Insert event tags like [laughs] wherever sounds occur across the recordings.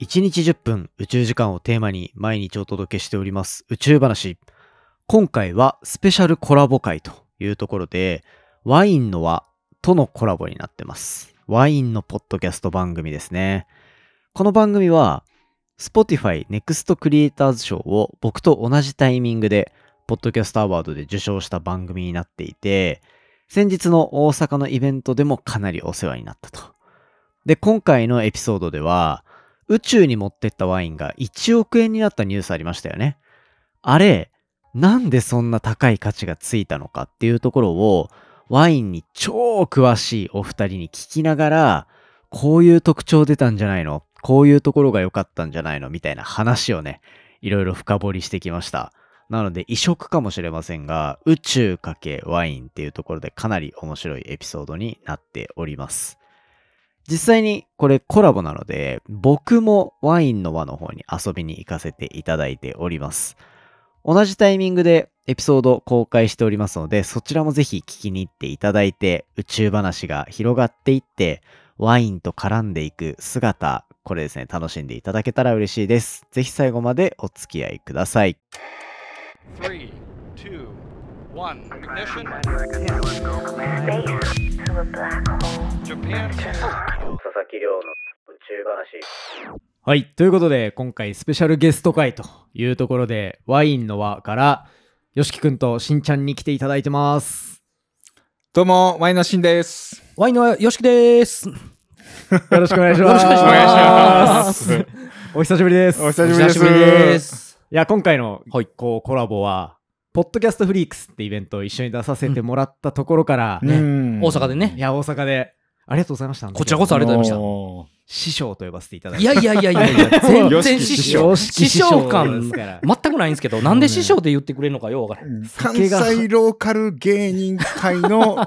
1日10分宇宙時間をテーマに毎日お届けしております宇宙話。今回はスペシャルコラボ会というところで、ワインの輪とのコラボになってます。ワインのポッドキャスト番組ですね。この番組は、Spotify Next Creators 賞を僕と同じタイミングで、ポッドキャストアワードで受賞した番組になっていて、先日の大阪のイベントでもかなりお世話になったと。で、今回のエピソードでは、宇宙に持ってったワインが1億円になったニュースありましたよね。あれ、なんでそんな高い価値がついたのかっていうところを、ワインに超詳しいお二人に聞きながら、こういう特徴出たんじゃないのこういうところが良かったんじゃないのみたいな話をね、いろいろ深掘りしてきました。なので異色かもしれませんが、宇宙×ワインっていうところでかなり面白いエピソードになっております。実際にこれコラボなので、僕もワインの輪の方に遊びに行かせていただいております。同じタイミングでエピソード公開しておりますので、そちらもぜひ聞きに行っていただいて、宇宙話が広がっていって、ワインと絡んでいく姿、これですね、楽しんでいただけたら嬉しいです。ぜひ最後までお付き合いください。 3, 2, 1, ignition. Space to a black hole. Japan. 佐々木亮の宇宙話はい。ということで、今回スペシャルゲスト会というところで、ワインの輪から、よしきくんとしんちゃんに来ていただいてます。どうも、ワインのしんです。ワインのよしきです。よろしくお願いします。よろしくお願いします。 [laughs] お久しぶりです。お久しぶりです。いや、今回の、はい、こう、コラボは、ポッドキャストフリークスってイベントを一緒に出させてもらったところから、ね、大阪でね。いや、大阪で、ありがとうございました。こちらこそありがとうございました。師匠と呼ばせていただいて。いやいやいやいやいや、全然師匠。師匠感、全くないんですけど、なんで師匠で言ってくれるのかよ、わからん。関西ローカル芸人界 [laughs] の、もう、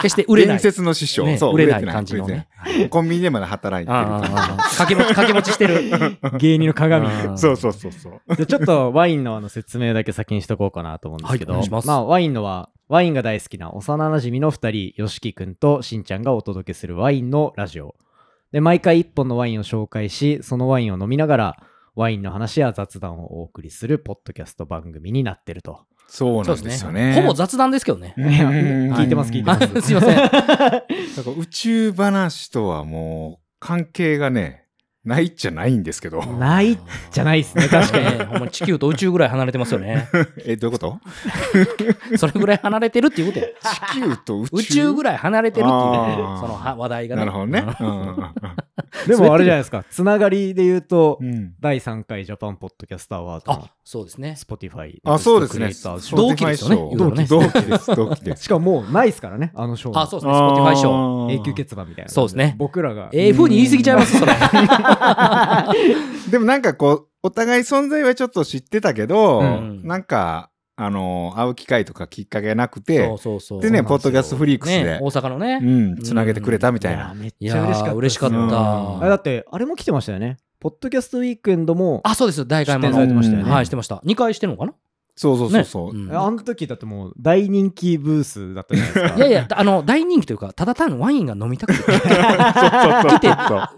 決 [laughs] して売れない。伝説の師匠。売れない感じのね。コンビニでまだ働いてる。掛け持ち、掛け持ちしてる。芸人の鏡。 [laughs] そうそうそうそ [laughs] う。じゃちょっとワインのあの説明だけ先にしとこうかなと思うんですけど、まあワインのは、ワインが大好きな幼馴染の2人、よしきくんとしんちゃんがお届けするワインのラジオ。で、毎回1本のワインを紹介し、そのワインを飲みながら、ワインの話や雑談をお送りするポッドキャスト番組になってると。 [laughs] そうなんですよね。ほぼ雑談ですけどね。聞いてます、聞いてます。すいません。宇宙話とはもう、関係がね、ないっちゃないんです [laughs] けど。ないじゃないですね、確かに。ほんま地球と宇宙ぐらい離れてますよね。え、どういうことそれぐらい離れてるっていうことや。地球と宇宙宇宙ぐらい離れてるっていう、ね、その話題がね。なるほどね。 [laughs] でもあれじゃないですか、つながりで言うと、第3回ジャパンポッドキャストアワードあ、そうですね。スポティファイ。あ、そうですね。同期ですよね。同期同期です。同 [laughs] 期です。しかももうないですからね、あの賞。あ、そうですね。スポティファイ賞。永久欠番みたいな。そうですね。僕らが。ええ風に言い過ぎちゃいます、それ。でもなんかこう、お互い存在はちょっと知ってたけど、うん、なんか、あのー、会う機会とかきっかけがなくて、でね、ポッドキャストフリークスで、ね、大阪のね、うん、つなげてくれたみたいな。うん、めっちゃ嬉しかった。嬉しかった。あだって、あれも来てましたよね。ポッドキャストウィークエンドも、あ、そうです、大会も。されてましたよね。はい、してました。2回してんのかなそうそうそう [laughs] そう、ねうん、あの時だってもう大人気ブースだったじゃないですかいやいやあの大人気というかただ単にワインが飲みた [laughs] くて来て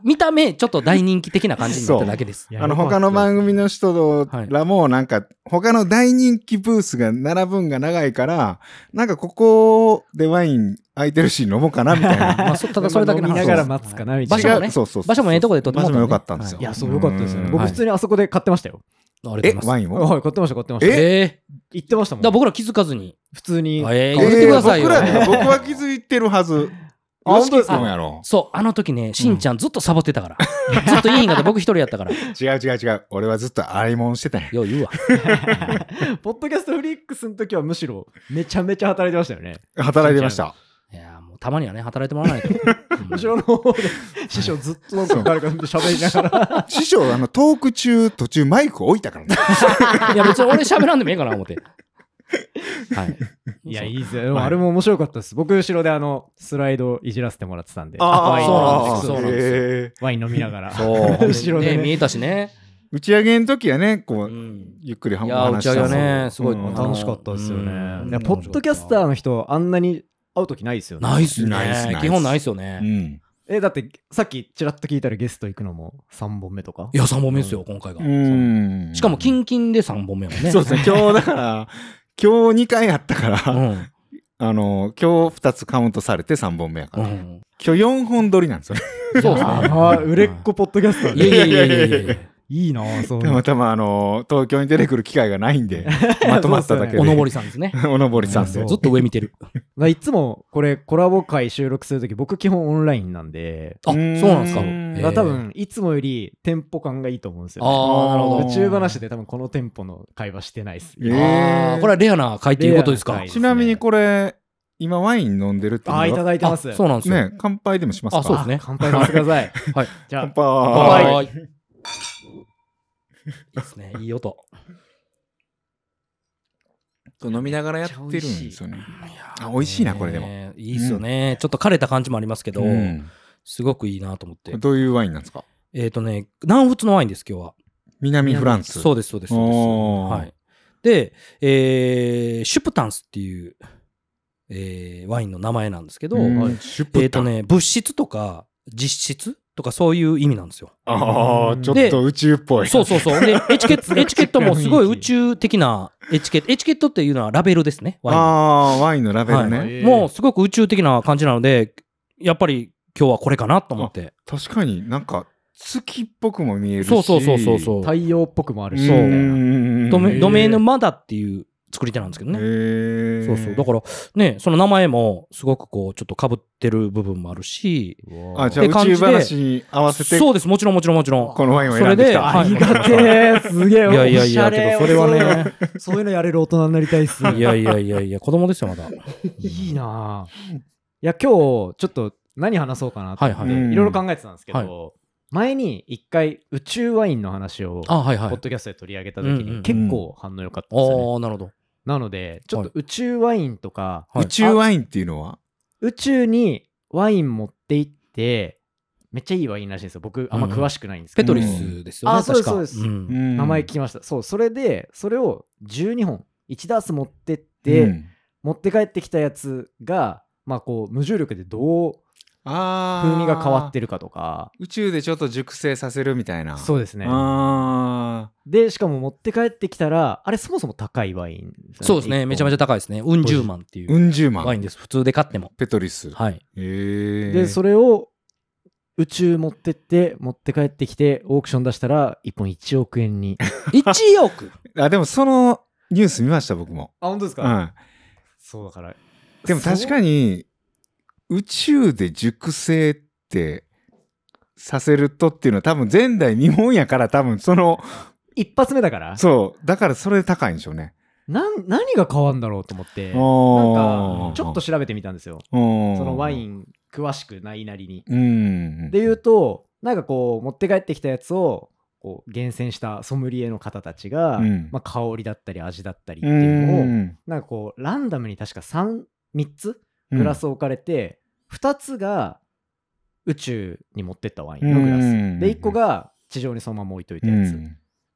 見た目ちょっと大人気的な感じになっただけですあの他の番組の人らもなんか他の大人気ブースが並ぶんが長いからなんかここでワイン空いてるし飲もうかなみたいな。まあ、ただそれだけ見ながら待つかなみたいな。場所もね、そうそう場所もええとこで撮ってもら場所も良かったんですよ。い、や、そう良かったですよね。僕普通にあそこで買ってましたよ。え、ワインをはい、買ってました、買ってました。え行ってましたもん。だ僕ら気づかずに。普通に。えー、言ってくださいよ。僕ら、僕は気づいてるはず。あ、本当ですかそう、あの時ね、しんちゃんずっとサボってたから。ずっといいんか僕一人やったから。違う違う違う。俺はずっと洗い物してたよ。よう言うわ。ポッドキャストフリックスの時はむしろ、めちゃめちゃ働いてましたよね。 [laughs] 働いてました。いやもうたまにはね、働いてもら [laughs] わないと。後ろの方で、師匠ずっとなんか誰か喋りながら。師匠、あの、トーク中、途中マイク置いたからね。 [laughs] いや、別に俺喋らんでもいいかな、思って。はい。いや、いいですよ。あれも面白かったです。僕、後ろであの、スライドいじらせてもらってたんで。ああ、そうなんですワイン飲みながら。 [laughs] 後ろで。見えたしね。打ち上げの時はね、こう、ゆっくり話したいや、打ち上げね、すごい楽しかったですよね。ポッドキャスターの人、あんなに会う時ないですよね。ないっすね。基本ないっすよね。え、だって、さっきちらっと聞いたらゲスト行くのも3本目とかいや、3本目ですよ、今回が。うん。しかも、キンキンで3本目もね。そうですね、今日だから、今日2回やったから、うんあの、今日2つカウントされて3本目やかうら、ん。今日4本撮りなんですよね。そうですね。ああ、売れっ子ポッドキャストだいやね。いやいやいやいやいやいいなぁ、そういう [laughs] たのま。たま、あの、東京に出てくる機会がないん [laughs] で、まとまっただけで。おのぼりささんですね。 [laughs] ん。おのぼりさんそでう。ずっと上見てる。まあいつもこれコラボ会収録するとき、僕基本オンラインなんで、あ、そううんなんですか。うんだから多えー。分いつもよりテンポ感がいいと思うんですよ、ね。ああ、なるほーど宇宙話で多分このテンポの会話してないっす。えーああ、これはレアな回ということですレアかな。回ちなみにこれ、今ワイン飲んでるっていうのあはー、いただいてあ、ます。そうなんですよ。ね、乾杯でもしますかあそうですねあ乾杯させてください。 [laughs] はい。じゃ乾あ、乾杯。杯はーい。いいですね。いい音。飲みながらやってるんですよね。あ美味しいなこれでもねいいっすよね。ちょっと枯れた感じもありますけど、うんすごくいいなと思って。どういうワインなんですかえっとね、南仏のワインです、今日は。南フランス。そうです、そうです、そうです。おーはい。で、えーシュプタンスっていう、えーワインの名前なんですけど、うんはいシュプえタっ、とね、物質とか実質とかそういう意味なんですよ。ああ、ちょっと宇宙っぽい。そうそうそう。で、 [laughs] エチケット、エチケットもすごい宇宙的なエチケット。エチケットっていうのはラベルですね、ワインの。ああー、ワインのラベルね。はいえーもうすごく宇宙的な感じなので、やっぱり今日はこれかなと思って。確かになんか月っぽくも見えるし。そうそうそうそうそう。太陽っぽくもあるし、そみうたいんな。うんうん。ドメへードメーヌマダっていう作り手なんですけどへね。ーそうそう。だからね、その名前もすごくこう、ちょっと被ってる部分もあるし、あ、じゃあって感じで宇宙話に合わせて、そうです、もちろんもちろんもちろん。このワインを選んできた。そあれりでがてえ、すげえ、 [laughs] いやいやいやおしゃれけどそれはね、そうそういうのやれる大人になりたいっす。いやいやいやいや、子供ですよ、まだ。いいなぁ。いや、今日、ちょっと何話そうかなと思って、はいいはいうんろいろ考えてたんですけど、は前に一回宇宙ワインの話を、あ、はいはポッい。ドキャストで取り上げた時うんうんうんに、結構反応良かったああですよね。ー、なるほど。なので、ちょっはいと宇宙ワインとか、はい宇宙ワインっていうのは宇宙にワイン持って行って、めっちゃいいワインらしいんですよ。僕、あんま詳しくないんですけペど。トリスですよね、うんあそうで確すか。そうですん名前聞ききました。そう、それで、それを12本、1ダース持ってって、持って帰ってきたやつが、まあこう、無重力でどうああ。風味が変わってる。るかとか宇宙でちょっと熟成させるみたいな。そううですねあでしかも持って帰ってきたらあれそもそも高いワインそうですね、めちゃめちゃ高高いですね。うん十万っていあ。ううん十万。ワインです。普通で買っても。ペトリス。はい。へえ。でそれを宇宙持ってって持って帰ってきてオークション出したら1本1億円に1億あ、でもそのニュース見ました、僕も。あ本当ですうん。そうだからでも確かに宇宙で熟成ってさせるとっていうのは多分前代未聞やから多分その一発目だからそうだからそれで高いんでしょうね。なん何が変わるんだろうと思ってなんおーかちょっと調べてみたんですよそそののワイン詳しくないなりにうんで言うとなんかこう持って帰ってきたやつをこう厳選したソムリエの方たちが、うんまあ、香りだったり味だったりってういうのをんなんかこうランダムに確か 3, 3つグラス置かれて、2つが宇宙に持ってったワインのグラス、うんで1個が地上にそのまま置いといたうんやつ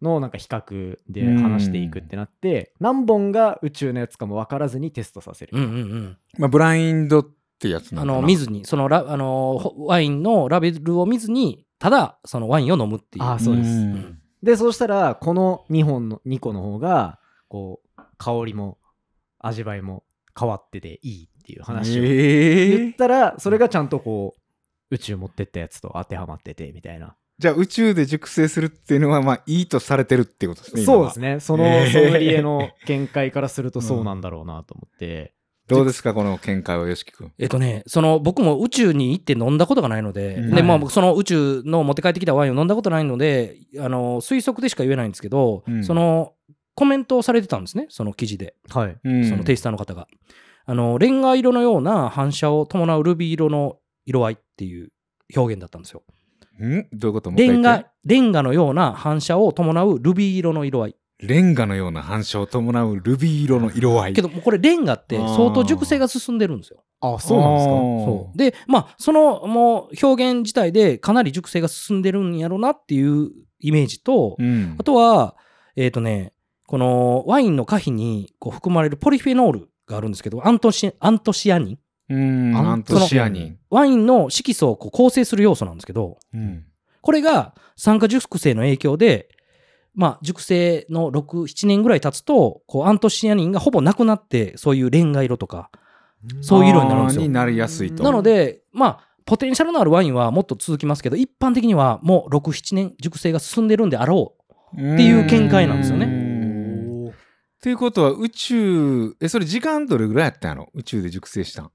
のなんか比較で話していくってなって、何本が宇宙のやつかも分からずにテストさせる、うんうんまあ、ブラインドってやつうん。なあのかなの、見ずに、そのラ、あの、ほワインのラベルを見ずに、ただ、そのワインを飲むっていう。あそうですんでそうしたらこの2本の2個の方がこう香りも味わいも変わってていいっていう話をえ言っーたらそれがちゃんとこう宇宙持ってったやつと当てはまっててみたいなじゃあ宇宙で熟成するっていうのはまあいいとされてるってことですね。今そうはですねそのえーソムリエの見解からするとそうなんだろうなと思って、どうですかこの見解をよしき君。えっとね、その僕も宇宙に行って飲んだことがないので、うんでまあ、はい僕その宇宙の持って帰ってきたワインを飲んだことないのであの推測でしか言えないんですけど、うんそのコメントをされてたんですねその記事で、はいうんそのテイスターの方があのレンガ色のような反射を伴うルビー色の色合いっていう表現だったんですよんどういうこともう一レ回言ってンガレンガのような反射を伴うルビー色の色合いレンガのような反射を伴うルビー色の色合い。けどもうこれレンガってあー相当熟成が進んでるんですよあそうなんですかそうでまあそのもう表現自体でかなり熟成が進んでるんやろなっていうイメージと、うんあとはえっ、とねこのワインの可否にこう含まれるポリフェノールがあるんですけどアントシアントシアニンうん。あんアントシアニン。ワインの色素をこう構成する要素なんですけど、うん。これが酸化熟成の影響で、まあ、熟成の6、7年ぐらい経つと、こう、アントシアニンがほぼなくなって、そういうレンガ色とか、そういう色になるんですあーよ。になりやすいと。なので、まあ、ポテンシャルのあるワインはもっと続きますけど、一般的にはもう6、7年熟成が進んでるんであろう。っていう見解なんですよねね。ということは宇宙えそれ時間どれぐらいやったんやろ宇宙で熟成したん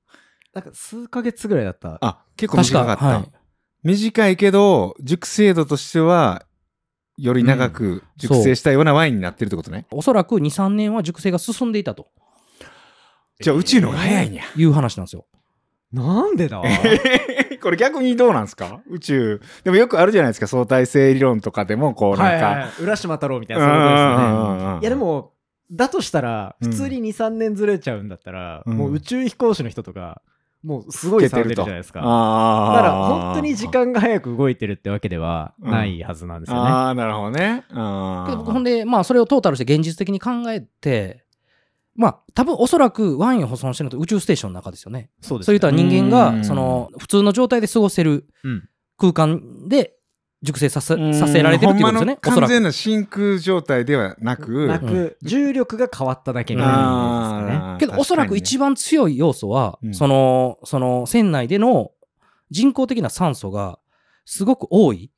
なんか数ヶ月ぐらいだった。あ結構短かった、はい。短いけど熟成度としてはより長く熟成したようなワインになってるってことね、おそらく2、3年は熟成が進んでいたとじゃあ宇宙の方が早いんや、いう話なんですよ。なんでだこれ逆にどうなんですか宇宙でもよくあるじゃないですか相対性理論とかでもこうなんか、い、浦島太郎みたうんうんうんうんいやでもだとしたら普通に23年ずれちゃうんだったら、うんもう宇宙飛行士の人とかもうすごい差が出るじゃないですか。だあーから本当に時間が早く動いてるってわけではないはずなんですよね。ああなるほどねあけど僕ーほんで、まあ、それをトータルして現実的に考えて、まあ、多分おそらくワインを保存してるのって宇宙ステーションの中ですよね。そうですそういう人は人間うがんその普通の状態で過ごせるうん空間で熟成させうんさせられてるっていうことですよね、ほんまの完おそらく。全な真空状態ではなくなうく、重力が変わっただけみたいなイメージですかね。あーけど、おそらく一番強い要素は、うんその、その船内での人工的な酸素がすごく多い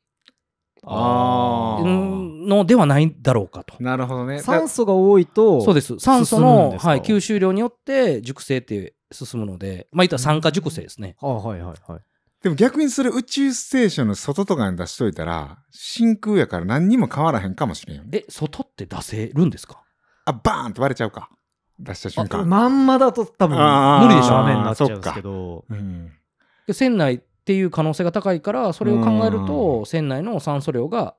あーうんのではないだろうかと。なるほどね。酸素が多いと、そうです。酸素進むんのですかはい、吸収量によって熟成って進むので、まあ言ったら酸化熟成ですね。あはいはいはい。でも逆にそれ宇宙ステーションの外とかに出しといたら、真空やから何にも変わらへんかもしれんよね。え、外って出せるんですかあ、バーンって割れちゃうか。出した瞬間。まんまだと多分あー無理でしょ、雨になっちゃうんですけど。うんで船内っていう可能性が高いから、それを考えるうと、船内の酸素量が、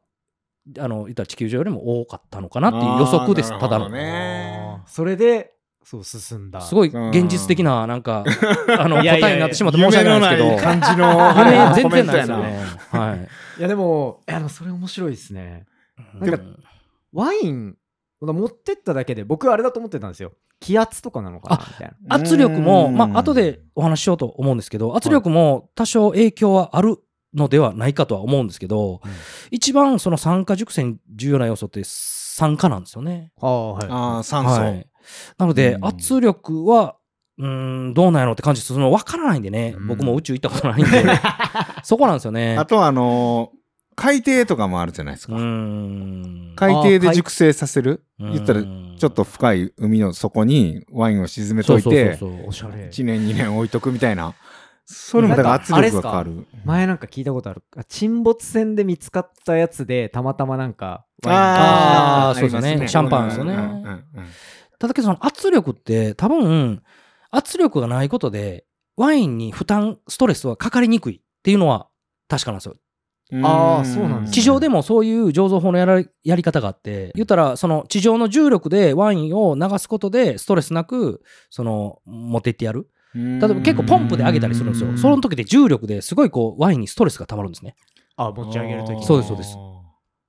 あの、言ったら地球上よりも多かったのかなっていう予測です、あーただなるほどの。ね。それで、そう、進んだ。すごいうん現実的な、なんか、あの、いや答いやいやえになってしまって申し訳ないですけど。感じの [laughs] ああの [laughs] れ全コメ然ンなトいでやすよね。はい。いや、でも、いや、でもそれ面白いですね。なんかうんワイン、持ってっただけで、僕あれだと思ってたんですよ。気圧とかなのかな、みたいな。圧力も、うんまあ後でお話ししようと思うんですけど、圧力も多少影響はあるのではないかとは思うんですけど、うん一番その酸化熟成に重要な要素って酸化なんですよね。ああ、はい。あー酸素。はい、なのでうん圧力は、うーん、どうなんやろって感じですその分からないんでね、うん僕も宇宙行ったことないんで、そこなんですよね。あとはあのー海底とかもあるじゃないですうか。ーん海底で熟成させる言ったらちょっとて深い海の底にワインを沈めといて、そうそうそうおしゃれ。 1年2年置いとくみたいな。それもだから圧力が変わる。前なんか聞いたことある。あ沈没船で見つかったやつで、たまたまなんか、あーあーそうですねありますシャンパンですよねうんうんうんうんただけどその圧力って多分圧力がないことでワインに負担ストレスはかかりにくいっていうのは確かなんですよあーそうなんですね地上でもそういう醸造法のやらやり方があって言ったらその地上の重力でワインを流すことでストレスなくその持ってってやる例例えば結構ポンプで上げたりするんですうよんその時で重力ですごいこうワインにストレスが溜まるんですねあ持ち上げるときそうですそうです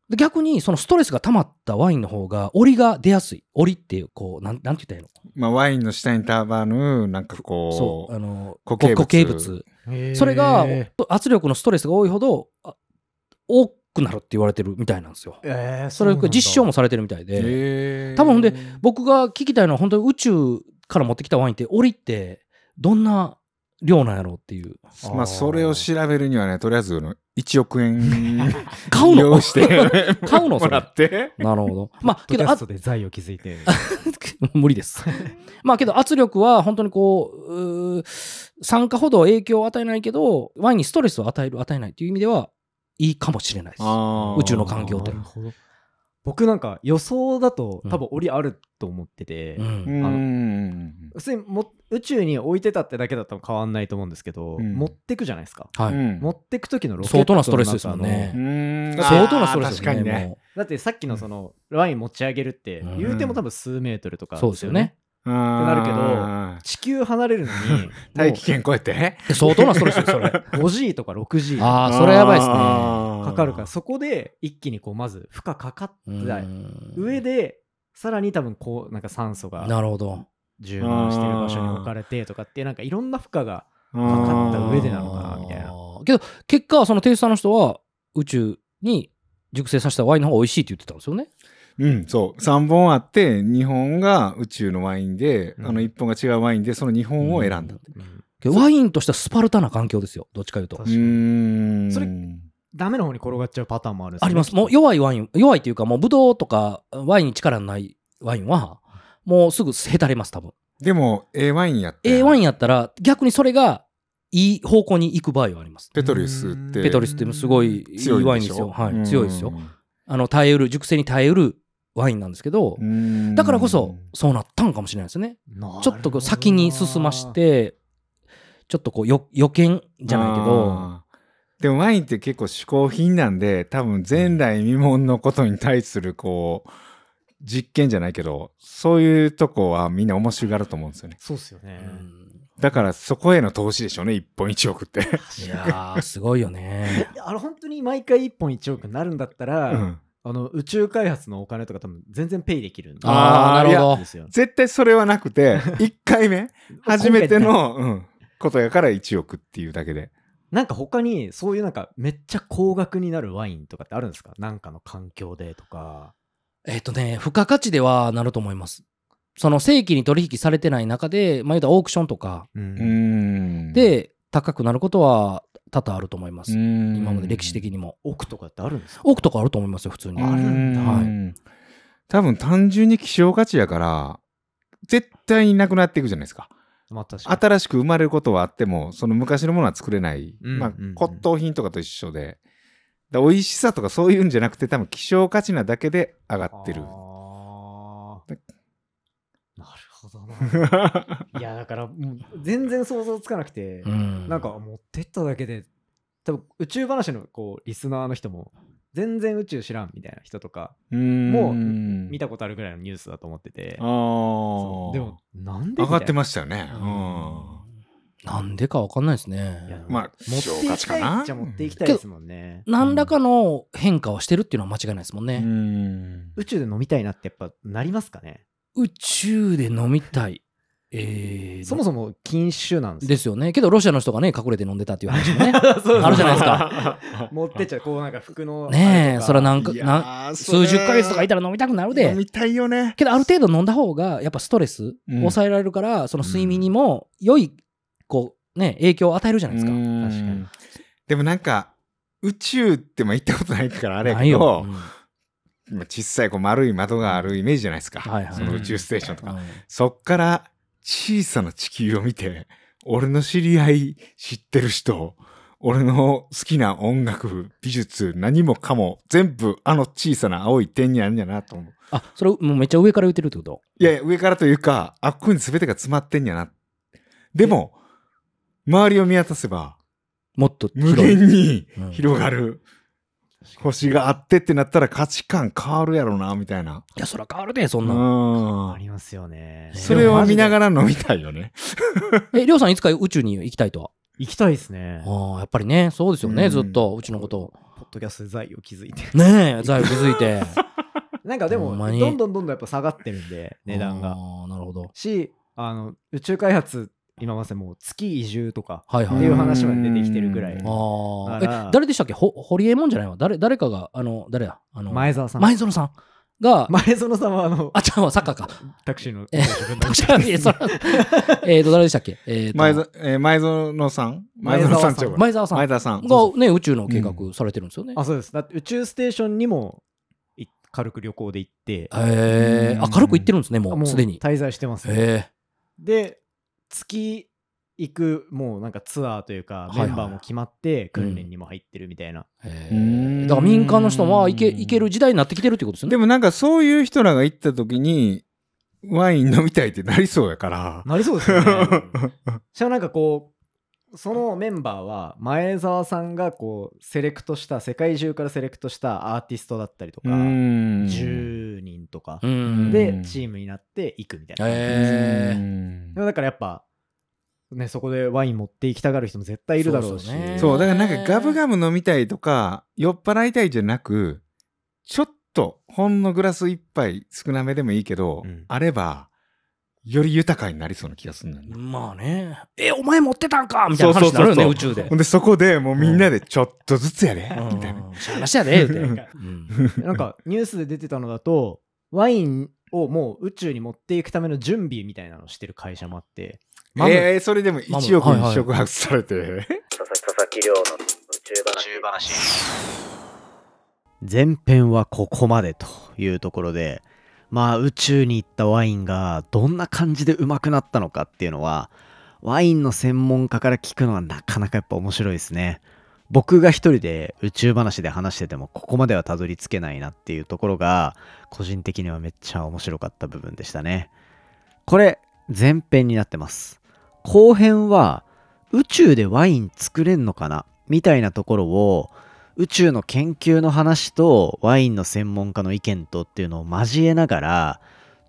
で逆にそのストレスが溜まったワインの方が檻が出やすい檻っていうこうなんなんて言ったらいいのまあワインの下にたばぬなんかこそううあの固形物固形物それが圧力のストレスが多いほどあ多くなるって言われてるみたいなんですよ。えー、それが実証ももされてるみたいで、へー多分ほんで僕が聞きたいのは本当に宇宙から持ってきたワインって檻ってどんな量なんやろうっていうまあそれを調べるにはねとりあえずの1億円 [laughs] 買う用の意して [laughs] 買うのそもれら [laughs] ってなるほどまあポッけドどキャあストで財を築い [laughs] て [laughs] 無理ですまあけど圧力は本当にこううー酸化ほど影響を与えないけどワインにストレスを与える与えないという意味ではいいかもしれないです。宇宙の環境というなるほど僕なんか予想だとうん多分檻あると思ってて、うんうんうん普通にも宇宙に置いてたってだけだったら変わんないと思うんですけど、うん持ってくじゃないですかはいうん持ってく時のロケット相当のな中スのトレスですもんねうん相当なストレスですあーよ確かね。にもねうだってさっきのそのライン持ち上げるってうん言うても多分数メートルとかそうですよね。ってなるけど地球離れるの [laughs] に大気圏超えてで相当なストレスです、それ。 [laughs] あ 5G とか 6G あー、それやばいですね。かかるからそこで一気にこうまず負荷かかってうたん上でさらに多分こうなんか酸素がなるほど。充満してる場所に置かれてとかっていうなんかいろんな負荷が分かった上でなのかなみたいなあーけど結果そのテイスターの人は宇宙に熟成させたワインの方が美味しいって言ってたんですよね。うん、そう。3本あって、2本が宇宙のワインで、うんあの1本が違うワインで、その2本を選んうだ。んけどワインとしてはスパルタな環境ですよどっちかいうと確うか。にーん。それダメの方に転がっちゃうパターンもあるんですよあります。もう弱いワイン弱いというかもうブドウとかワインに力のないワインはもうすぐへたれます多分。でも、A ワインやった。 A ワインややったら逆にそれがいい方向に行く場合はあります。ペトリウスって。ペトリスってすごいいい強いワインででしすよ。ょ。はうんい、強いですよ。。あの耐えうる熟成に耐えうるワインなんですけど、うんだからこそそうなったんかもしれないですね。なるほどなちょっとこう先に進まし。てちょっとこうよ予見じゃないけどあー。でもワインって結構嗜好品なんで、多分前代未聞のことに対する、こう、実験じゃないけど、そういうとこはみんな面白がると思うんですよね。そうっすよね。うんだからそこへの投資でしょうね、1本1億って。いやーすごいよね。 [laughs] いやあれ本当に毎回1本1億になるんだったら、うんあの宇宙開発のお金とか多分全然ペイできるんでああーなるほどですよ絶対それはなくて、1回 [laughs] 目、初めての、うん、ことやから1億っていうだけで。なんか他にそういうなんかめっちゃ高額になるワインとかってあるんですかなんかの環境でとかえっとね付加価値ではなると思います。その正規に取引されてない中で、まあ、言うたらオークションとかううんーん、で高くなることは多々あると思います。今今まで歴史的にも。奥とかってあるんですか多くとかあると思いますよ普通に。あるんだはいい。多分単純に希少価値やから、絶対になくなっていくじゃないですか。まあ確かに新しく生まれることはあっても、その昔のものは作れない。うんまあうんうん、骨董品とかと一緒で。だ美味しさとかそういうんじゃなくて、多分希少価値なだけで上がってるあ。ーなるほどな [laughs] いやだからもう全然想像つかなくて、うんなんか持ってっただけで多分宇宙話のこうリスナーの人も全然宇宙知らんみたいな人とかももう見見たことあるぐらいのニュースだと思っててあそうーでもなんで上がってまましたよね。うんなんでかわかんないですね。まあ持っていきたいっちゃ希少価値かな持っていきたいですもんね、何らかの変化をしてるっていうのは間違いないですもんうね。ん宇宙で飲みたいなってやっぱなりますかね宇宙で飲みたい。えー、そもそも禁酒なん [laughs] ですですよね。けどロシアの人がね、隠れて飲んでたっていう話 [laughs] もね。よそうそうあるじゃないですか持ってっちゃうこうなんか服のねえ、それはななんか、いやーなんそれ数十ヶ月とかいたら飲みたくなるで飲。みたいよね。けどある程度飲んだ方が、やっぱストレスうん抑えられるから、その睡眠にも良い、こう、ね、影響を与えるじゃないですか。うん確かにでもなんか、宇宙ってまあ行ったことないからあれやなけいどよ。うん、まあ小さいこう丸い窓があるイメージじゃないですか。はいはいその宇宙ステーションとか。うんそっから小さな地球を見て、俺の知り合い、知ってる人、俺の好きな音楽、美術、何もかも、全部あの小さな青い点にあるんやなと思う。あ、それもうめっちゃ上から言ってるってこといやいや、上からというか、あっこに全てが詰まってんやな。でも、周りを見渡せば、もっと無広い。限にうん広がる星があってってなったら価値観変わるやろな、みたいな。いや、そら変わるで、そんうなん。んあ。りますよねそれを見ならがら飲みたいよね。え、りょうさんいつか宇宙に行きたいとは行きたいですねああ、やっぱりね、そうですよね、うんずっと、うちのことを。ポッドキャストで財を築いてねえ、財を築い [laughs] て。なんかでもほんどまにんどんどんどんやっぱ下がってるん [laughs] で値段あがあ、なるほど。しあの宇宙開発今まさにもう月移住とかはいっはてい。いうあ話まで出てきてるぐらいうんだかあ。えら、誰でしたっけほホリエモンじゃないわ。誰、誰かが、あの、誰だあの、前澤さん前園さんが、前園さんはあのあ、ちゃうわ、サッカーか。 [laughs] タクシーのえタクシ [laughs] ー、え、そら、えっと、誰でしたっけえーと前園えー前園さん前前園園ささんんちゃうわ前澤さん前が田さん。ね、宇宙の計画されてるんですよね。あそうですだって宇宙ステーションにもい軽く旅行で行ってへえ、あ、軽く行ってるんですね、ももう、うすでに。滞在してます、へえ。で月行くもうなんかツアーというかはいはメいンバーも決まって訓練にも入ってるみたいな、へうえんだから民間の人もあ行け行ける時代になってきてるってことですよね。でもなんかそういう人らが行った時に、ワイン飲みたいってなりそうやから。なりそう [laughs] ですよねしかもなんかこうそのメンバーは前澤さんがこうセレクトした世界中からセレクトしたアーティストだったりとか、うん10人とかうんでチームになって行くみたいな感じです、へーでもだからやっぱ、ね、そこでワイン持って行きたがる人も絶対いるだろうし。そうですよねそう、だからなんかガブガブ飲みたいとか、酔っ払いたいじゃなく、ちょっとほんのグラス一杯少なめでもいいけど、うんあれば、より豊かになりそうな気がするんだよなまあね。え、お前持ってたんかみたいな話になるよね、そう宇そう宙でほん。でそこでもうみんなでちょっとずつやで、みたいな。うんしゃあなしやで、言うてうんなんかニュースで出てたのだとワインをもう宇宙に持っていくための準備みたいなのをしてる会社もあってマムえー、それでもマム1億はいはにい触発されて、佐々木亮の宇宙話前編はここまでというところでまあ宇宙に行ったワインがどんな感じでうまくなったのかっていうのはワインの専門家から聞くのはなかなかやっぱ面白いですね僕が一人で宇宙話で話しててもここまではたどり着けないなっていうところが個人的にはめっちゃ面白かった部分でしたねこれ前編になってます後編は宇宙でワイン作れんのかなみたいなところを宇宙の研究の話とワインの専門家の意見とっていうのを交えながら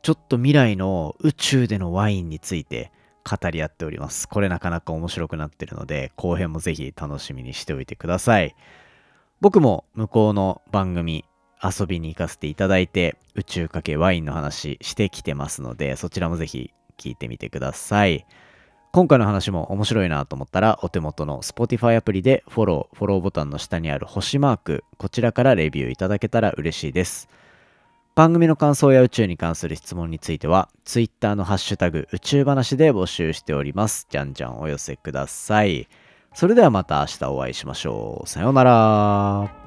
ちょっと未来の宇宙でのワインについて語り合っておりますこれなかなか面白くなってるので後編もぜひ楽しみにしておいてください僕も向こうの番組遊びに行かせていただいて宇宙かけワインの話してきてますのでそちらもぜひ聞いてみてください今回の話も面白いなと思ったらお手元の Spotify アプリでフォロー、フォローボタンの下にある星マーク、こちらからレビューいただけたら嬉しいです。番組の感想や宇宙に関する質問については Twitter のハッシュタグ宇宙話で募集しております。じゃんじゃんお寄せください。それではまた明日お会いしましょう。さようなら。